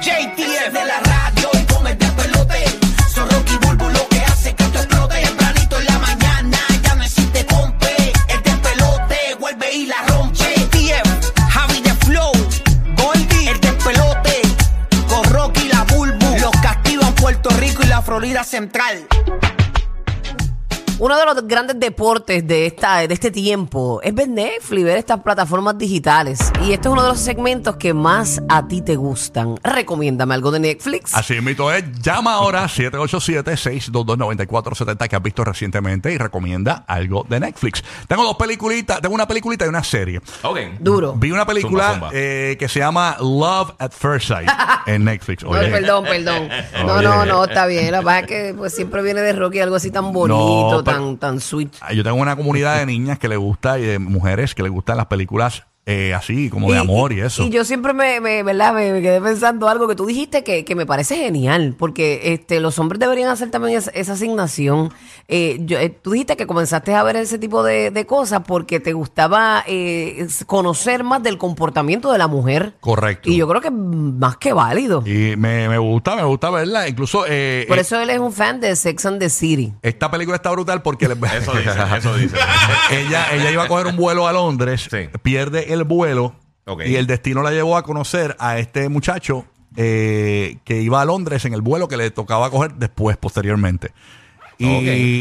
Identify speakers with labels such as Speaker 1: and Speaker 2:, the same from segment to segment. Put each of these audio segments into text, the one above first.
Speaker 1: JTF de la radio y con el despelote. Son Rocky Bulbo lo que hace que esto explote. Tempranito en la mañana ya no existe compe. El despelote vuelve y la rompe. JTF, Javi de Flow, Goldie, el despelote. Con Rocky y la Bulbo. Los castigan Puerto Rico y la Florida Central.
Speaker 2: Uno de los grandes deportes de, esta, de este tiempo es ver Netflix, ver estas plataformas digitales. Y este es uno de los segmentos que más a ti te gustan. Recomiéndame algo de Netflix.
Speaker 3: Así mito es, llama ahora 787-622-9470 que has visto recientemente y recomienda algo de Netflix. Tengo dos peliculitas, tengo una peliculita y una serie.
Speaker 4: Ok.
Speaker 2: Duro.
Speaker 3: Vi una película
Speaker 4: Zumba, zumba.
Speaker 3: eh, que se llama Love at First Sight en Netflix.
Speaker 2: No,
Speaker 3: Oye,
Speaker 2: perdón, perdón. No,
Speaker 3: Oye.
Speaker 2: no, no, está bien. La verdad es que pues, siempre viene de Rocky algo así tan bonito,
Speaker 3: No, pero-
Speaker 2: tan, tan sweet.
Speaker 3: Yo tengo una comunidad de niñas que le gusta y de mujeres que le gustan las películas eh, así, como de amor y eso.
Speaker 2: Y yo siempre me, me- ¿verdad? me, me quedé pensando algo que tú dijiste que, que me parece genial, porque este, los hombres deberían hacer también es- esa asignación. Eh, yo- eh, tú dijiste que comenzaste a ver ese tipo de, de cosas porque te gustaba eh, es- conocer más del comportamiento de la mujer.
Speaker 3: Correcto.
Speaker 2: Y yo creo que mm, más que válido.
Speaker 3: Y eh, me, me gusta, me gusta verla. Incluso eh,
Speaker 2: Por
Speaker 3: eh,
Speaker 2: eso él es un fan de Sex and the City.
Speaker 3: esta película está brutal porque le-
Speaker 4: Eso dicen, eso dicen.
Speaker 3: ella, ella iba a coger un vuelo a Londres,
Speaker 4: Sí.
Speaker 3: pierde el vuelo
Speaker 4: Ok.
Speaker 3: y el destino la llevó a conocer a este muchacho eh, que iba a Londres en el vuelo que le tocaba coger después, posteriormente. Y,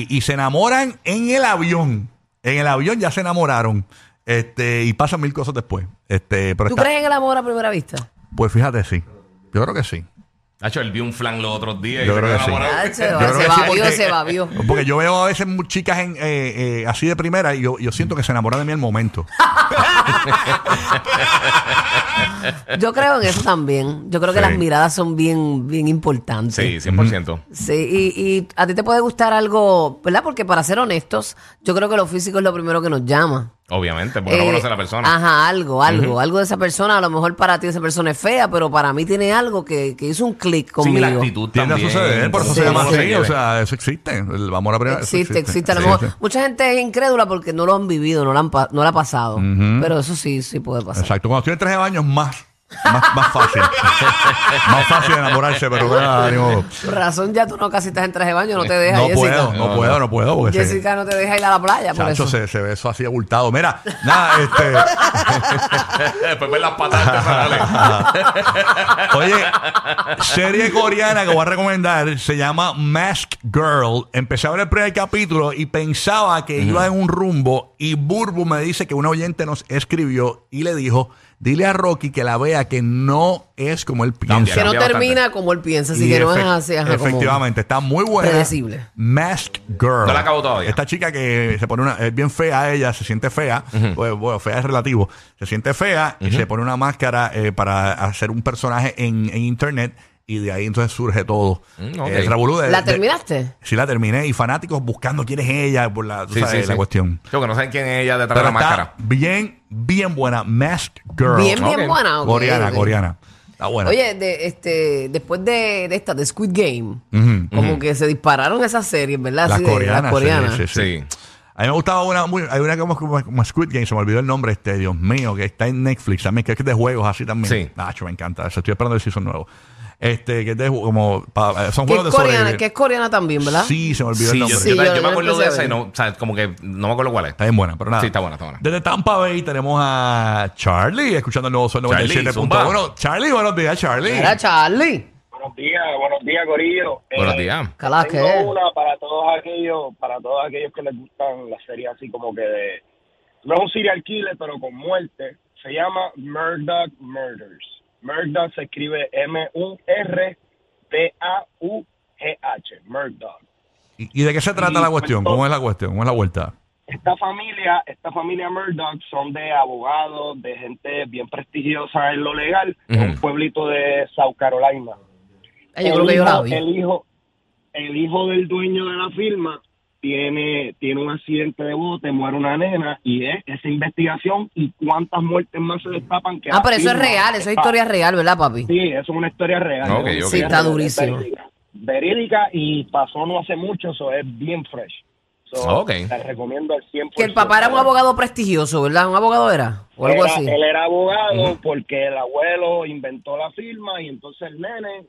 Speaker 4: Ok.
Speaker 3: y se enamoran en el avión. En el avión ya se enamoraron. Este, y pasan mil cosas después. Este, pero
Speaker 2: ¿Tú
Speaker 3: está-
Speaker 2: crees en el amor a primera vista?
Speaker 3: Pues fíjate, sí. Yo creo que sí.
Speaker 4: Hacho, él vio un flan los otros días. y
Speaker 3: Yo
Speaker 4: se
Speaker 3: creo
Speaker 4: quedó
Speaker 3: que sí.
Speaker 4: enamorado.
Speaker 2: Ah, se
Speaker 3: Yo
Speaker 2: va-
Speaker 3: creo
Speaker 2: se
Speaker 3: que sí,
Speaker 2: babió,
Speaker 3: porque-
Speaker 2: se babió.
Speaker 3: Porque yo veo a veces mu- chicas en, eh, eh, así de primera y yo, yo siento que se enamoran de mí al momento.
Speaker 2: Yo creo en eso también. Yo creo que
Speaker 3: Sí.
Speaker 2: las miradas son bien, bien importantes.
Speaker 4: Sí, 100%.
Speaker 2: Sí, y, y a ti te puede gustar algo, ¿verdad? Porque para ser honestos, yo creo que lo físico es lo primero que nos llama.
Speaker 4: Obviamente, porque no
Speaker 2: Eh,
Speaker 4: conoce a la persona.
Speaker 2: Ajá, algo, algo, algo de esa persona. A lo mejor para ti esa persona es fea, pero para mí tiene algo que, que hizo un clic conmigo.
Speaker 4: Sí, la actitud
Speaker 3: Tiende
Speaker 4: también.
Speaker 3: a suceder, por eso se
Speaker 2: Sí,
Speaker 3: llama
Speaker 2: sí.
Speaker 3: así. O sea, eso existe. El amor a primera eso
Speaker 2: Existe, existe. A lo mejor mucha gente es incrédula porque no lo han vivido, no lo han, pa- no lo ha pasado. Pero eso sí, sí puede pasar.
Speaker 3: Exacto. Cuando estoy en traje de baño es más, más, más fácil. más fácil enamorarse, pero nada, ni modo.
Speaker 2: Por razón ya tú no casi estás en traje de baño, no te deja,
Speaker 3: No
Speaker 2: Pues, Jessica.
Speaker 3: puedo, no puedo, no puedo. Porque se-
Speaker 2: Jessica no te deja ir a la playa por
Speaker 3: Chacho,
Speaker 2: eso.
Speaker 3: se, se ve eso así abultado. Mira, nada, este.
Speaker 4: eh, Después ver las patas artesanales.
Speaker 3: Oye, serie coreana que voy a recomendar se llama Mask Girl. Empecé a ver el primer capítulo y pensaba que iba en un rumbo y Burbu me dice que un oyente nos escribió y le dijo, dile a Rocky que la vea que no es como él
Speaker 2: que
Speaker 3: piensa.
Speaker 2: no
Speaker 4: Cambia bastante.
Speaker 2: termina como él piensa, así
Speaker 3: Y
Speaker 2: que no es
Speaker 3: efect-
Speaker 2: así. ajá, como-
Speaker 3: efectivamente, está muy buena.
Speaker 2: predecible.
Speaker 3: Mask Girl.
Speaker 4: No la acabo todavía.
Speaker 3: Esta chica que se pone una. Es bien fea ella, se siente fea. Bueno, bueno, fea es relativo. Se siente fea y se pone una máscara eh, para hacer un personaje en, en internet y de ahí entonces surge todo.
Speaker 4: Mm, ok.
Speaker 3: Eh, el revolú de-
Speaker 2: ¿La
Speaker 3: de-
Speaker 2: terminaste?
Speaker 3: Sí, la terminé. Y fanáticos buscando quién es ella por la, tú sabes, la cuestión.
Speaker 4: Yo que no saben quién es ella detrás de
Speaker 3: Pero
Speaker 4: la
Speaker 3: está
Speaker 4: máscara.
Speaker 3: bien, bien buena. Mask Girl.
Speaker 2: Bien, bien
Speaker 4: Ok.
Speaker 2: buena. ok,
Speaker 3: Coreana,
Speaker 2: ok.
Speaker 3: coreana. Está buena.
Speaker 2: Oye, de, este, después de, de esta, de Squid Game,
Speaker 3: Ujú.
Speaker 2: como que se dispararon esas series, ¿verdad?
Speaker 3: Las
Speaker 2: Así de-
Speaker 3: coreanas. sí, sí, sí.
Speaker 4: Sí.
Speaker 3: A mí me gustaba una, muy- hay una como, como, como Squid Game, se me olvidó el nombre este, Dios mío, que está en Netflix también, que es de juegos así también.
Speaker 4: Sí.
Speaker 3: Nacho, me encanta. eso, Estoy esperando el season nuevo. Este, que es de ju- como pa- eh, son
Speaker 2: Que es,
Speaker 3: juegos de
Speaker 2: coreana,
Speaker 3: sobrevivir.
Speaker 2: que es coreana también, ¿verdad?
Speaker 3: Sí, se me olvidó
Speaker 4: Sí,
Speaker 3: el
Speaker 4: yo,
Speaker 3: nombre.
Speaker 4: yo
Speaker 2: Sí,
Speaker 4: ta-
Speaker 2: yo-
Speaker 4: yo
Speaker 2: yo
Speaker 4: me acuerdo de
Speaker 2: empecé a
Speaker 4: esa y
Speaker 2: ver.
Speaker 4: no, o sea, como que no me acuerdo cuál es.
Speaker 3: Está bien buena, pero nada.
Speaker 4: Sí, está buena, está buena.
Speaker 3: Desde Tampa Bay tenemos a Charlie escuchando el nuevo Sol
Speaker 4: Charlie,
Speaker 3: 97.1.
Speaker 4: zumba.
Speaker 3: Charlie, buenos días, Charlie.
Speaker 2: Era Charlie.
Speaker 5: Buenos días, buenos días, Corillo.
Speaker 4: Buenos
Speaker 5: Eh,
Speaker 4: días.
Speaker 2: Calas,
Speaker 5: tengo
Speaker 2: ¿qué es?
Speaker 5: una para todos aquellos, para todos aquellos que les gustan las series así como que de no es un serial killer, pero con muerte. Se llama Murdoch Murders. Murdoch se escribe M U R D A U G H. Murdoch.
Speaker 3: ¿Y, y de qué se trata
Speaker 5: Y
Speaker 3: la cuestión?
Speaker 5: pues,
Speaker 3: ¿Cómo es la cuestión? ¿Cómo es la vuelta?
Speaker 5: esta familia, esta familia Murdoch son de abogados, de gente bien prestigiosa en lo legal, en un
Speaker 4: Ujú.
Speaker 5: pueblito de South Carolina.
Speaker 2: Ay, Ah, yo creo que yo la vi.
Speaker 5: El hijo, el hijo del dueño de la firma tiene, tiene un accidente de bote, muere una nena y es esa investigación y cuántas muertes más se destapan que
Speaker 2: Ah,
Speaker 5: la
Speaker 2: pero eso es
Speaker 5: firma
Speaker 2: real, eso es
Speaker 5: está-
Speaker 2: historia real, ¿verdad, papi?
Speaker 5: Sí, eso es una historia real.
Speaker 4: Ok,
Speaker 5: ¿no?
Speaker 4: ok.
Speaker 2: Sí, está durísimo.
Speaker 5: Verídica, verídica y pasó no hace mucho, eso es bien fresh. Eso So,
Speaker 4: Ah, Ok.
Speaker 5: La recomiendo al 100%.
Speaker 2: Que el papá era un abogado prestigioso, ¿verdad? Un abogado era, o algo
Speaker 5: Era-
Speaker 2: así.
Speaker 5: Él era abogado porque el abuelo inventó la firma y entonces el nene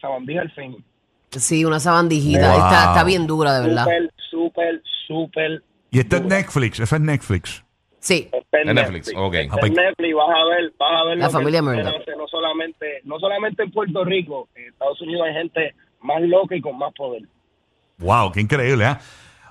Speaker 5: se bandija al fin.
Speaker 2: Sí, una sabandijita.
Speaker 3: Wow.
Speaker 2: Está, está bien dura, de verdad.
Speaker 5: Súper, súper, súper.
Speaker 3: Y este es Netflix, eso es Netflix.
Speaker 2: Sí.
Speaker 5: está en
Speaker 4: En Netflix, ok.
Speaker 5: Está
Speaker 3: Ah, pues-
Speaker 5: en Netflix, vas a ver, vas a ver
Speaker 2: La
Speaker 5: lo que
Speaker 2: familia
Speaker 5: el
Speaker 2: Murdoch.
Speaker 5: nene hace, no solamente, no solamente en Puerto Rico, en Estados Unidos hay gente más loca y con más poder.
Speaker 3: Wow, qué increíble, ¿eh?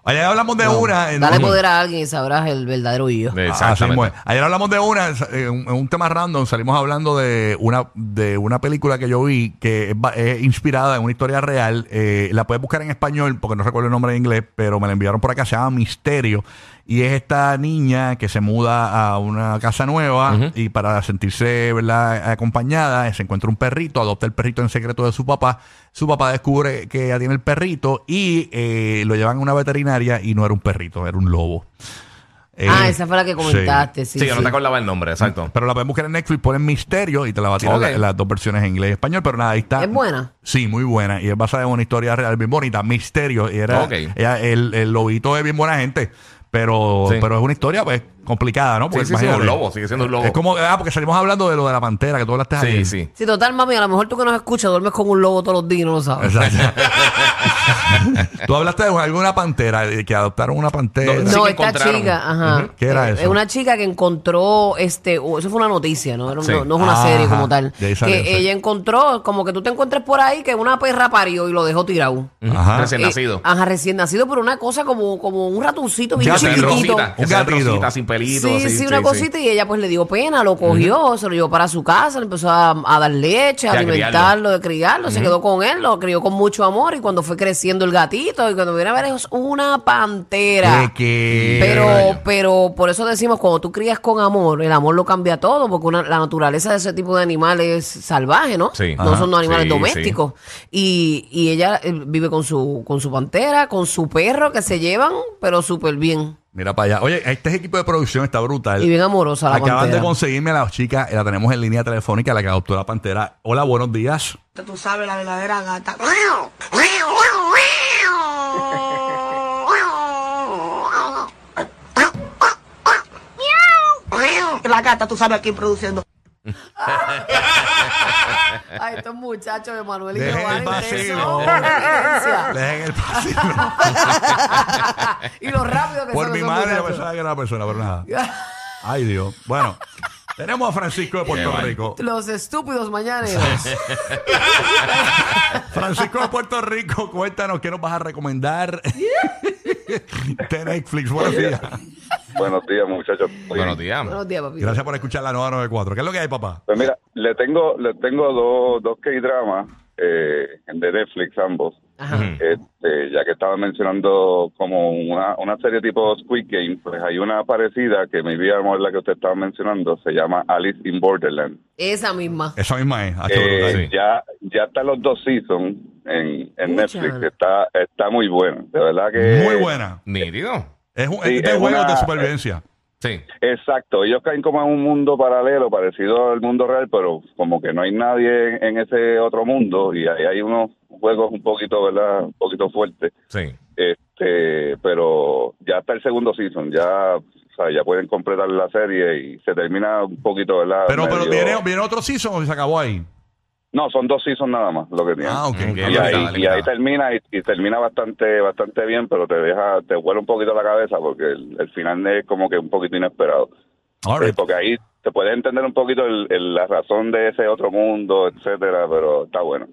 Speaker 3: Ayer hablamos de una. Ah, en-
Speaker 2: Dale poder a alguien y sabrás el verdadero yo.
Speaker 3: Ah, así mismo es. Ayer hablamos de una, eh, un, un tema random, salimos hablando de una de una película que yo vi que es, ba- es inspirada en una historia real. eh, la puedes buscar en español porque no recuerdo el nombre en inglés, pero me la enviaron por acá, se llama Misterio. Y es esta niña que se muda a una casa nueva y para sentirse ¿verdad? acompañada eh, se encuentra un perrito, adopta el perrito en secreto de su papá. Su papá descubre que ella tiene el perrito y eh, lo llevan a una veterinaria y no era un perrito, era un lobo.
Speaker 2: ah,
Speaker 3: Eh,
Speaker 2: esa fue la que
Speaker 3: sí.
Speaker 2: comentaste. Sí,
Speaker 4: Sí, yo no
Speaker 2: sí.
Speaker 4: te acordaba el nombre, exacto.
Speaker 3: Pero la pueden buscar en Netflix, ponen Misterio y te la va a tirar
Speaker 4: Ok.
Speaker 3: la- las dos versiones en inglés y español. Pero nada, ahí está.
Speaker 2: ¿Es buena?
Speaker 3: Sí, muy buena. Y es basada en una historia real bien bonita. Misterio. Y era,
Speaker 4: Ok.
Speaker 3: ella- el, el lobito es bien buena gente. Pero,
Speaker 4: Sí.
Speaker 3: pero es una historia pues complicada, ¿no?
Speaker 4: Sí, sí, sí,
Speaker 3: imagínate.
Speaker 4: un lobo, sigue siendo un lobo.
Speaker 3: Es como, ah, porque salimos hablando de lo de la pantera, que tú hablaste
Speaker 4: Sí,
Speaker 3: ayer.
Speaker 4: sí.
Speaker 2: Sí, total, mami, a lo mejor tú que nos escuchas duermes con un lobo todos los días y no lo sabes.
Speaker 3: Exacto. tú hablaste de alguna pantera, de que adoptaron una pantera.
Speaker 4: No,
Speaker 2: No, esta
Speaker 4: que encontraron.
Speaker 2: chica, ajá.
Speaker 3: Ujú. ¿Qué era
Speaker 2: Eh,
Speaker 3: eso?
Speaker 2: Es una chica que encontró, este, o- eso fue una noticia, ¿no? Era un-
Speaker 4: Sí.
Speaker 2: No, no es una
Speaker 3: Ajá.
Speaker 2: serie como tal.
Speaker 3: De ahí salió,
Speaker 2: que
Speaker 3: sí.
Speaker 2: ella encontró, como que tú te encuentres por ahí, que una perra parió y lo dejó tirado.
Speaker 3: Ajá.
Speaker 4: Ajá. Recién
Speaker 2: Eh,
Speaker 4: nacido.
Speaker 2: Ajá, recién nacido, pero una cosa como, como un ratoncito bien
Speaker 3: Ya, sí,
Speaker 4: Que sea
Speaker 2: chiquitito.
Speaker 4: rosita, que
Speaker 3: Un
Speaker 4: sea
Speaker 3: gatito.
Speaker 4: rosita, sin pelito.
Speaker 2: Sí, sí, una cosita y ella pues le dio pena, lo cogió, se lo llevó para su casa, le empezó a, a dar leche, a
Speaker 4: Y a
Speaker 2: alimentarlo, de criarlo, se quedó con él, lo crió con mucho amor y cuando fue creciendo el gatito y cuando viene a ver es una pantera.
Speaker 3: De que-
Speaker 2: Pero, pero por eso decimos, cuando tú crías con amor, el amor lo cambia todo, porque una- la naturaleza de ese tipo de animales es salvaje, ¿no?
Speaker 4: Sí.
Speaker 2: No
Speaker 4: Ajá.
Speaker 2: son animales
Speaker 4: Sí,
Speaker 2: domésticos. Y, y ella eh, vive con su, con su pantera, con su perro, que se llevan, pero súper bien.
Speaker 3: Mira para allá. Oye, este equipo de producción está brutal.
Speaker 2: Y bien amorosa la
Speaker 3: Acaban
Speaker 2: pantera.
Speaker 3: de conseguirme a la chica, eh, la tenemos en línea telefónica, la que adoptó la pantera. Hola, buenos días.
Speaker 6: Tú sabes, la verdadera gata. La gata, tú sabes, aquí produciendo.
Speaker 2: Ay, estos muchachos de Manuel y
Speaker 3: Dejen
Speaker 2: Giovanni,
Speaker 3: el
Speaker 2: ustedes
Speaker 3: vacilo.
Speaker 2: son una
Speaker 3: Dejen el pasillo.
Speaker 2: evidencia. y lo rápido que
Speaker 3: Por
Speaker 2: son
Speaker 3: mi
Speaker 2: esos
Speaker 3: madre, yo
Speaker 2: muchachos.
Speaker 3: pensaba que era una persona, pero nada. Ay, Dios. Bueno, tenemos a Francisco de Puerto
Speaker 4: Qué mal.
Speaker 3: Rico.
Speaker 2: Los estúpidos mañaneros.
Speaker 3: Francisco de Puerto Rico, cuéntanos qué nos vas a recomendar de Netflix. Buenos días.
Speaker 7: Buenos días, muchachos.
Speaker 4: Buenos días.
Speaker 2: Buenos días, papi.
Speaker 3: Gracias por escuchar la 994. ¿Qué es lo que hay, papá?
Speaker 7: Pues mira, le tengo, le tengo dos, dos K-dramas eh, de Netflix ambos.
Speaker 3: Ah.
Speaker 2: Ajá.
Speaker 7: Este, ya que estaba mencionando como una, una serie tipo Squid Game, pues hay una parecida que mi vida es la que usted estaba mencionando, se llama Alice in Borderland.
Speaker 2: Esa misma.
Speaker 3: Esa misma es. Ah, qué
Speaker 7: Eh,
Speaker 3: brutal.
Speaker 4: sí.
Speaker 7: ya, ya están los dos seasons en, en
Speaker 2: Mucha.
Speaker 7: Netflix, está, está muy buena, de verdad que...
Speaker 3: Muy buena.
Speaker 4: Nítido.
Speaker 3: Es un
Speaker 7: Eh, sí,
Speaker 3: es de
Speaker 7: es
Speaker 3: juegos de
Speaker 7: una-
Speaker 3: supervivencia.
Speaker 4: Sí.
Speaker 7: Exacto, ellos caen como en un mundo paralelo, parecido al mundo real, pero como que no hay nadie en, en ese otro mundo y ahí hay unos juegos un poquito, ¿verdad? Un poquito fuertes.
Speaker 4: Sí.
Speaker 7: Este, pero ya está el segundo season, ya, o sea, ya pueden completar la serie y se termina un poquito, ¿verdad?
Speaker 3: Pero, pero
Speaker 7: Medio-
Speaker 3: viene, viene otro season o se acabó ahí.
Speaker 7: No, son dos seasons nada más lo que tienen.
Speaker 3: Ah, ok.
Speaker 4: Ok.
Speaker 7: Y
Speaker 4: Limitada,
Speaker 7: ahí, y
Speaker 4: limitada.
Speaker 7: ahí termina y, y termina bastante bastante bien, pero te deja te vuela un poquito la cabeza porque el, el final es como que un poquito inesperado.
Speaker 3: All
Speaker 7: Sí,
Speaker 3: right.
Speaker 7: porque ahí te puedes entender un poquito el- el- la razón de ese otro mundo, etcétera, pero está bueno.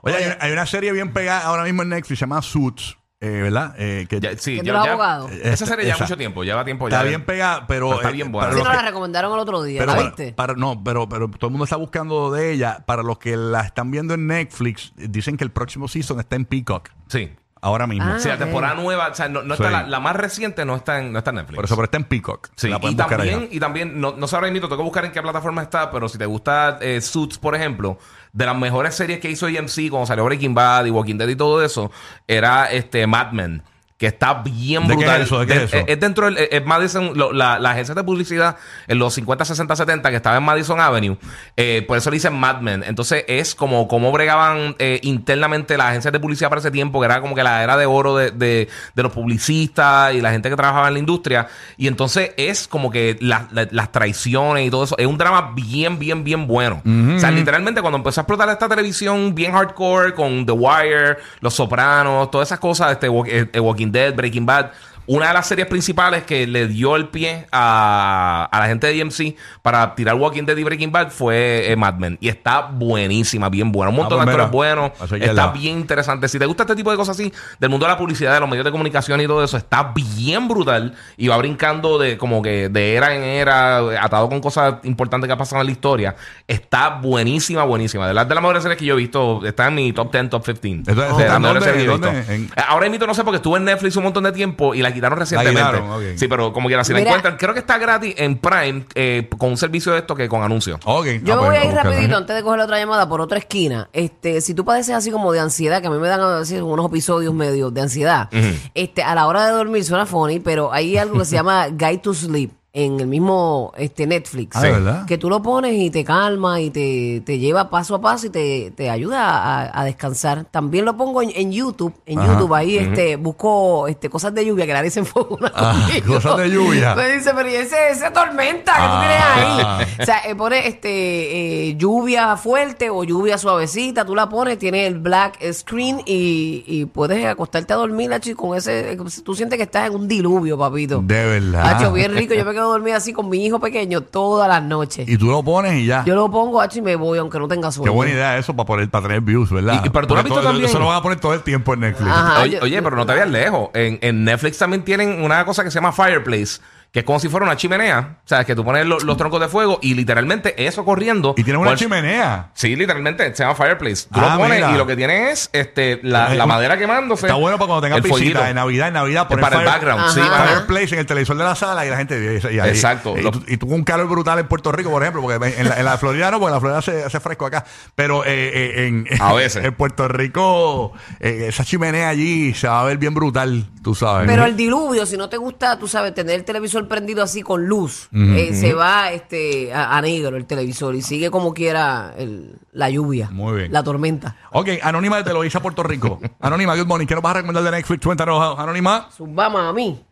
Speaker 3: Oye, hay una, hay una serie bien pegada ahora mismo en Netflix, se llama Suits, eh, ¿verdad? Eh, que
Speaker 4: Ya, sí,
Speaker 2: Que
Speaker 4: ya,
Speaker 2: los
Speaker 4: ya-
Speaker 2: abogados.
Speaker 4: Esa serie ya
Speaker 3: Esa.
Speaker 4: mucho tiempo, lleva tiempo ya.
Speaker 3: está bien pegada, pero...
Speaker 4: Pero está
Speaker 3: eh,
Speaker 4: bien buena.
Speaker 3: para
Speaker 2: Si
Speaker 3: los
Speaker 2: nos
Speaker 3: que-
Speaker 2: la recomendaron el otro día,
Speaker 3: pero
Speaker 2: ¿la
Speaker 3: para-
Speaker 2: viste?
Speaker 3: para- no, pero, pero todo el mundo está buscando de ella. Para los que la están viendo en Netflix, eh, dicen que el próximo season está en Peacock,
Speaker 4: Sí.
Speaker 3: ahora mismo.
Speaker 2: Ah,
Speaker 4: sí, la
Speaker 2: ok.
Speaker 4: temporada nueva, o sea, no, no
Speaker 3: Sí.
Speaker 4: está la, la más reciente no está en, no está en Netflix.
Speaker 3: Por eso, pero está en Peacock.
Speaker 4: Sí,
Speaker 3: la
Speaker 4: y
Speaker 3: pueden buscar
Speaker 4: también,
Speaker 3: allá.
Speaker 4: y también, no, no sé ahora mismo, tengo que buscar en qué plataforma está, pero si te gusta eh, Suits, por ejemplo, de las mejores series que hizo AMC cuando salió Breaking Bad y Walking Dead y todo eso, era este Mad Men. que está bien
Speaker 3: ¿De qué
Speaker 4: brutal. eh,
Speaker 3: es eso? ¿De qué es eso?
Speaker 4: dentro del, es Madison, lo- la, la agencia de publicidad en los 50, 60, 70 que estaba en Madison Avenue. eh, por eso le dicen Mad Men. Entonces es como cómo bregaban eh, internamente las agencias de publicidad para ese tiempo, que era como que la era de oro de, de- de los publicistas y la gente que trabajaba en la industria. Y entonces es como que la- la- las traiciones y todo eso. Es un drama bien, bien, bien bueno. O sea, literalmente cuando empezó a explotar esta televisión bien hardcore con The Wire, Los Sopranos, todas esas cosas, este, Walk- eh, eh, Walking Dead, Breaking Bad una de las series principales que le dio el pie a, a la gente de DMC para tirar Walking Dead y Breaking Bad fue eh, Mad Men. Y está buenísima, bien buena. Un montón
Speaker 3: pues
Speaker 4: de actores
Speaker 3: mira,
Speaker 4: buenos.
Speaker 3: a chequearla.
Speaker 4: Está bien interesante. Si te gusta este tipo de cosas así, del mundo de la publicidad, de los medios de comunicación y todo eso, está bien brutal. Y va brincando de como que de era en era, atado con cosas importantes que ha pasado en la historia. Está buenísima, buenísima. De las de las mejores series que yo he visto, está en mi top 10, top 15.
Speaker 3: Entonces,
Speaker 4: De las
Speaker 3: ¿dónde-
Speaker 4: mejores series que yo he
Speaker 3: dónde?
Speaker 4: visto.
Speaker 3: En-
Speaker 4: Eh, Ahora mismo no sé porque estuvo en Netflix un montón de tiempo y la quitaron recientemente.
Speaker 3: quitaron, ok.
Speaker 4: Sí, pero como quiera, si la
Speaker 2: Mira.
Speaker 4: encuentran, creo que está gratis en Prime eh, con un servicio de esto que con anuncios.
Speaker 3: Ok.
Speaker 2: Yo
Speaker 3: ah,
Speaker 2: me
Speaker 3: pues,
Speaker 2: voy a ir
Speaker 3: búscala.
Speaker 2: rapidito antes de coger la otra llamada por otra esquina. Este, si tú padeces así como de ansiedad, que a mí me dan a veces unos episodios medio de ansiedad, este, a la hora de dormir suena funny, pero hay algo que se llama Guide to Sleep en el mismo este Netflix.
Speaker 3: Ah, ¿de verdad?
Speaker 2: Que tú lo pones y te calma y te, te lleva paso a paso y te, te ayuda a, a descansar. También lo pongo en, en YouTube. En
Speaker 3: Ajá.
Speaker 2: YouTube ahí este busco este cosas de lluvia que la dicen fue una
Speaker 3: Ah,
Speaker 2: conmigo.
Speaker 3: cosas de lluvia.
Speaker 2: Me dice, pero ¿y ese, ese tormenta que tú tienes ahí?
Speaker 3: Ah.
Speaker 2: O sea, eh, pone este, eh, lluvia fuerte o lluvia suavecita, tú la pones, tiene el black screen y, y puedes acostarte a dormir, Nacho, y con ese, eh, tú sientes que estás en un diluvio, papito.
Speaker 3: ¿eh? De verdad.
Speaker 2: Nacho, bien rico, yo me quedo dormida así con mi hijo pequeño todas las noches.
Speaker 3: Y tú lo pones y ya.
Speaker 2: Yo lo pongo, Nacho, y me voy, aunque no tenga
Speaker 3: Qué
Speaker 2: sueño.
Speaker 3: buena idea eso para poner para tener views, ¿verdad?
Speaker 4: Y- y- pero tú lo
Speaker 3: Porque
Speaker 4: has visto
Speaker 3: todo-
Speaker 4: también.
Speaker 3: Eso lo van a poner todo el tiempo en Netflix.
Speaker 2: Ajá,
Speaker 4: oye,
Speaker 2: yo-
Speaker 4: oye, pero no te veas lejos. En, en Netflix también tienen una cosa que se llama Fireplace, que es como si fuera una chimenea. O sea, que tú pones lo- los troncos de fuego y literalmente eso corriendo.
Speaker 3: Y tiene una
Speaker 4: Pues,
Speaker 3: chimenea.
Speaker 4: Sí, literalmente, se llama Fireplace. Tú
Speaker 3: Ah,
Speaker 4: lo pones
Speaker 3: mira.
Speaker 4: y lo que tiene es este, la,
Speaker 3: Eh,
Speaker 4: la
Speaker 3: un-
Speaker 4: madera quemándose.
Speaker 3: Está bueno para cuando tengas
Speaker 4: el
Speaker 3: visita
Speaker 4: fueguito.
Speaker 3: en Navidad, en Navidad, poner
Speaker 4: para el
Speaker 3: fire-
Speaker 4: background, sí,
Speaker 2: Ajá.
Speaker 4: para-
Speaker 3: Fireplace en el televisor de la sala y la gente. y- y ahí-
Speaker 4: Exacto.
Speaker 3: Y,
Speaker 4: Lo-
Speaker 3: tú- y tú con un calor brutal en Puerto Rico, por ejemplo, porque en la, en la Florida no, porque en la Florida se hace fresco acá. Pero eh, eh, en,
Speaker 4: A veces.
Speaker 3: en Puerto Rico, eh, esa chimenea allí se va a ver bien brutal, tú sabes.
Speaker 2: Pero el diluvio, si no te gusta, tú sabes, tener el televisor prendido así con luz, eh, se va este a, a negro el televisor y sigue como quiera el- la lluvia,
Speaker 3: Muy bien.
Speaker 2: la tormenta.
Speaker 3: Ok, Anónima de Teloisa, Puerto Rico. Anónima, good morning. ¿Qué nos vas a recomendar de Netflix? Cuéntanos, Anónima.
Speaker 2: Zumba, a mí.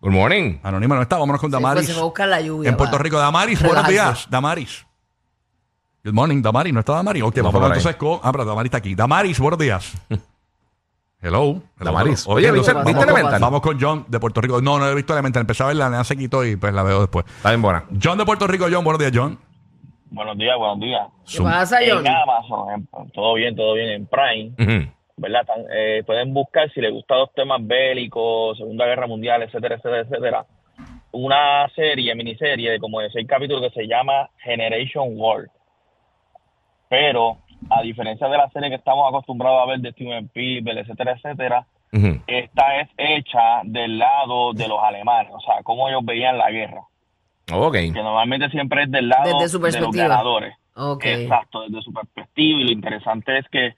Speaker 4: Good morning.
Speaker 3: Anónima no está, vámonos con Damaris.
Speaker 2: pues, se va a buscar la lluvia.
Speaker 3: en Puerto
Speaker 2: va.
Speaker 3: Rico, Damaris, buenos
Speaker 2: Relájate.
Speaker 3: días, Damaris. Good morning, Damaris, ¿no está Damaris? Ok,
Speaker 4: No,
Speaker 3: vamos a
Speaker 4: por
Speaker 3: hablar
Speaker 4: ahí.
Speaker 3: entonces con... Ah, pero Damaris está aquí. Damaris, buenos días. Hello. Hello,
Speaker 4: Damaris.
Speaker 3: hello.
Speaker 4: Oye,
Speaker 3: Hello.
Speaker 4: ¿viste-
Speaker 3: Vamos
Speaker 4: viste
Speaker 3: con-
Speaker 4: Elemental?
Speaker 3: Vamos con John de Puerto Rico. No, no he visto Elemental, empecé a verla, la se quitó y pues la veo después.
Speaker 4: Está bien buena.
Speaker 3: John de Puerto Rico, John, buenos días, John.
Speaker 5: Buenos días, buenos días.
Speaker 2: ¿Qué pasa, John?
Speaker 5: En Amazon, en- todo bien, todo bien, en Prime,
Speaker 4: Ujú.
Speaker 5: ¿verdad? Tan- eh, pueden buscar si les gustan los temas bélicos, Segunda Guerra Mundial, etcétera, etcétera, etcétera. Una serie, miniserie de como de seis capítulos que se llama Generation War. Pero, a diferencia de la serie que estamos acostumbrados a ver de Steven Spielberg, etcétera, etcétera,
Speaker 4: Ujú.
Speaker 5: esta es hecha del lado de los alemanes, o sea, cómo ellos veían la guerra,
Speaker 4: Ok.
Speaker 5: que normalmente siempre es del lado
Speaker 2: Desde su
Speaker 5: de los
Speaker 2: perspectiva.
Speaker 5: ganadores.
Speaker 2: Ok.
Speaker 5: Exacto, desde su perspectiva. Y lo interesante es que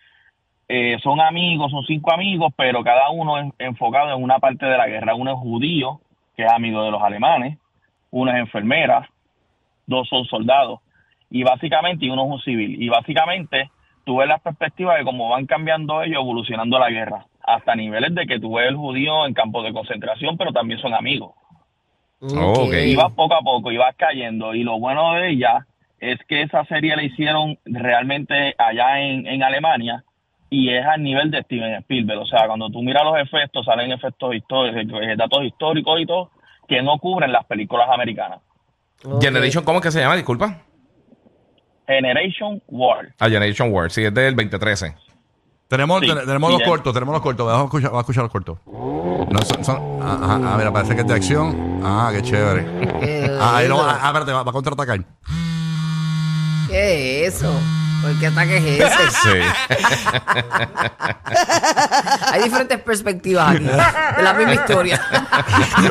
Speaker 5: eh, son amigos, son cinco amigos, pero cada uno es enfocado en una parte de la guerra. Uno es judío, que es amigo de los alemanes, uno es enfermera, dos son soldados, y básicamente, y uno es un civil. Y básicamente, tú ves la perspectiva de cómo van cambiando ellos, evolucionando la guerra, hasta niveles de que tú ves el judío en campos de concentración, pero también son amigos
Speaker 4: Ok.
Speaker 3: Oh,
Speaker 5: y
Speaker 2: Mm.
Speaker 5: vas poco a poco y vas cayendo. Y lo bueno de ella es que esa serie la hicieron realmente allá en, en Alemania y es al nivel de Steven Spielberg. O sea, cuando tú miras los efectos, salen efectos históricos, eh, datos históricos y todo, que no cubren las películas americanas.
Speaker 2: Ok.
Speaker 4: Generation, ¿cómo es que se llama? Disculpa.
Speaker 5: Generation War.
Speaker 4: A Generation War, sí, es del 2013.
Speaker 3: Tenemos,
Speaker 5: Sí,
Speaker 3: ten- tenemos
Speaker 5: y
Speaker 3: los
Speaker 5: ya.
Speaker 3: cortos, tenemos los cortos. Vamos a escuchar, vamos a escuchar los cortos. No, son- son- ah, ah, ah, mira, parece que es de acción. Ah, qué chévere.
Speaker 2: ¿Qué,
Speaker 3: Ah, ahí
Speaker 2: es
Speaker 3: lo,
Speaker 2: eso?
Speaker 3: ah, ah, espérate, va, va a contraatacar.
Speaker 2: ¿Qué es eso? ¿Por qué ataque es ese?
Speaker 4: Sí.
Speaker 2: Hay diferentes perspectivas aquí. De la misma historia.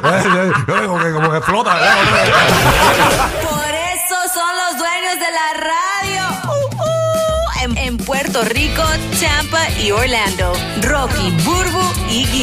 Speaker 3: como, que, como que flota, ¿verdad?
Speaker 8: Por eso son los dueños de la radio. Uh, uh. En, en Puerto Rico, Tampa y Orlando. Rocky, Burbu y Geek.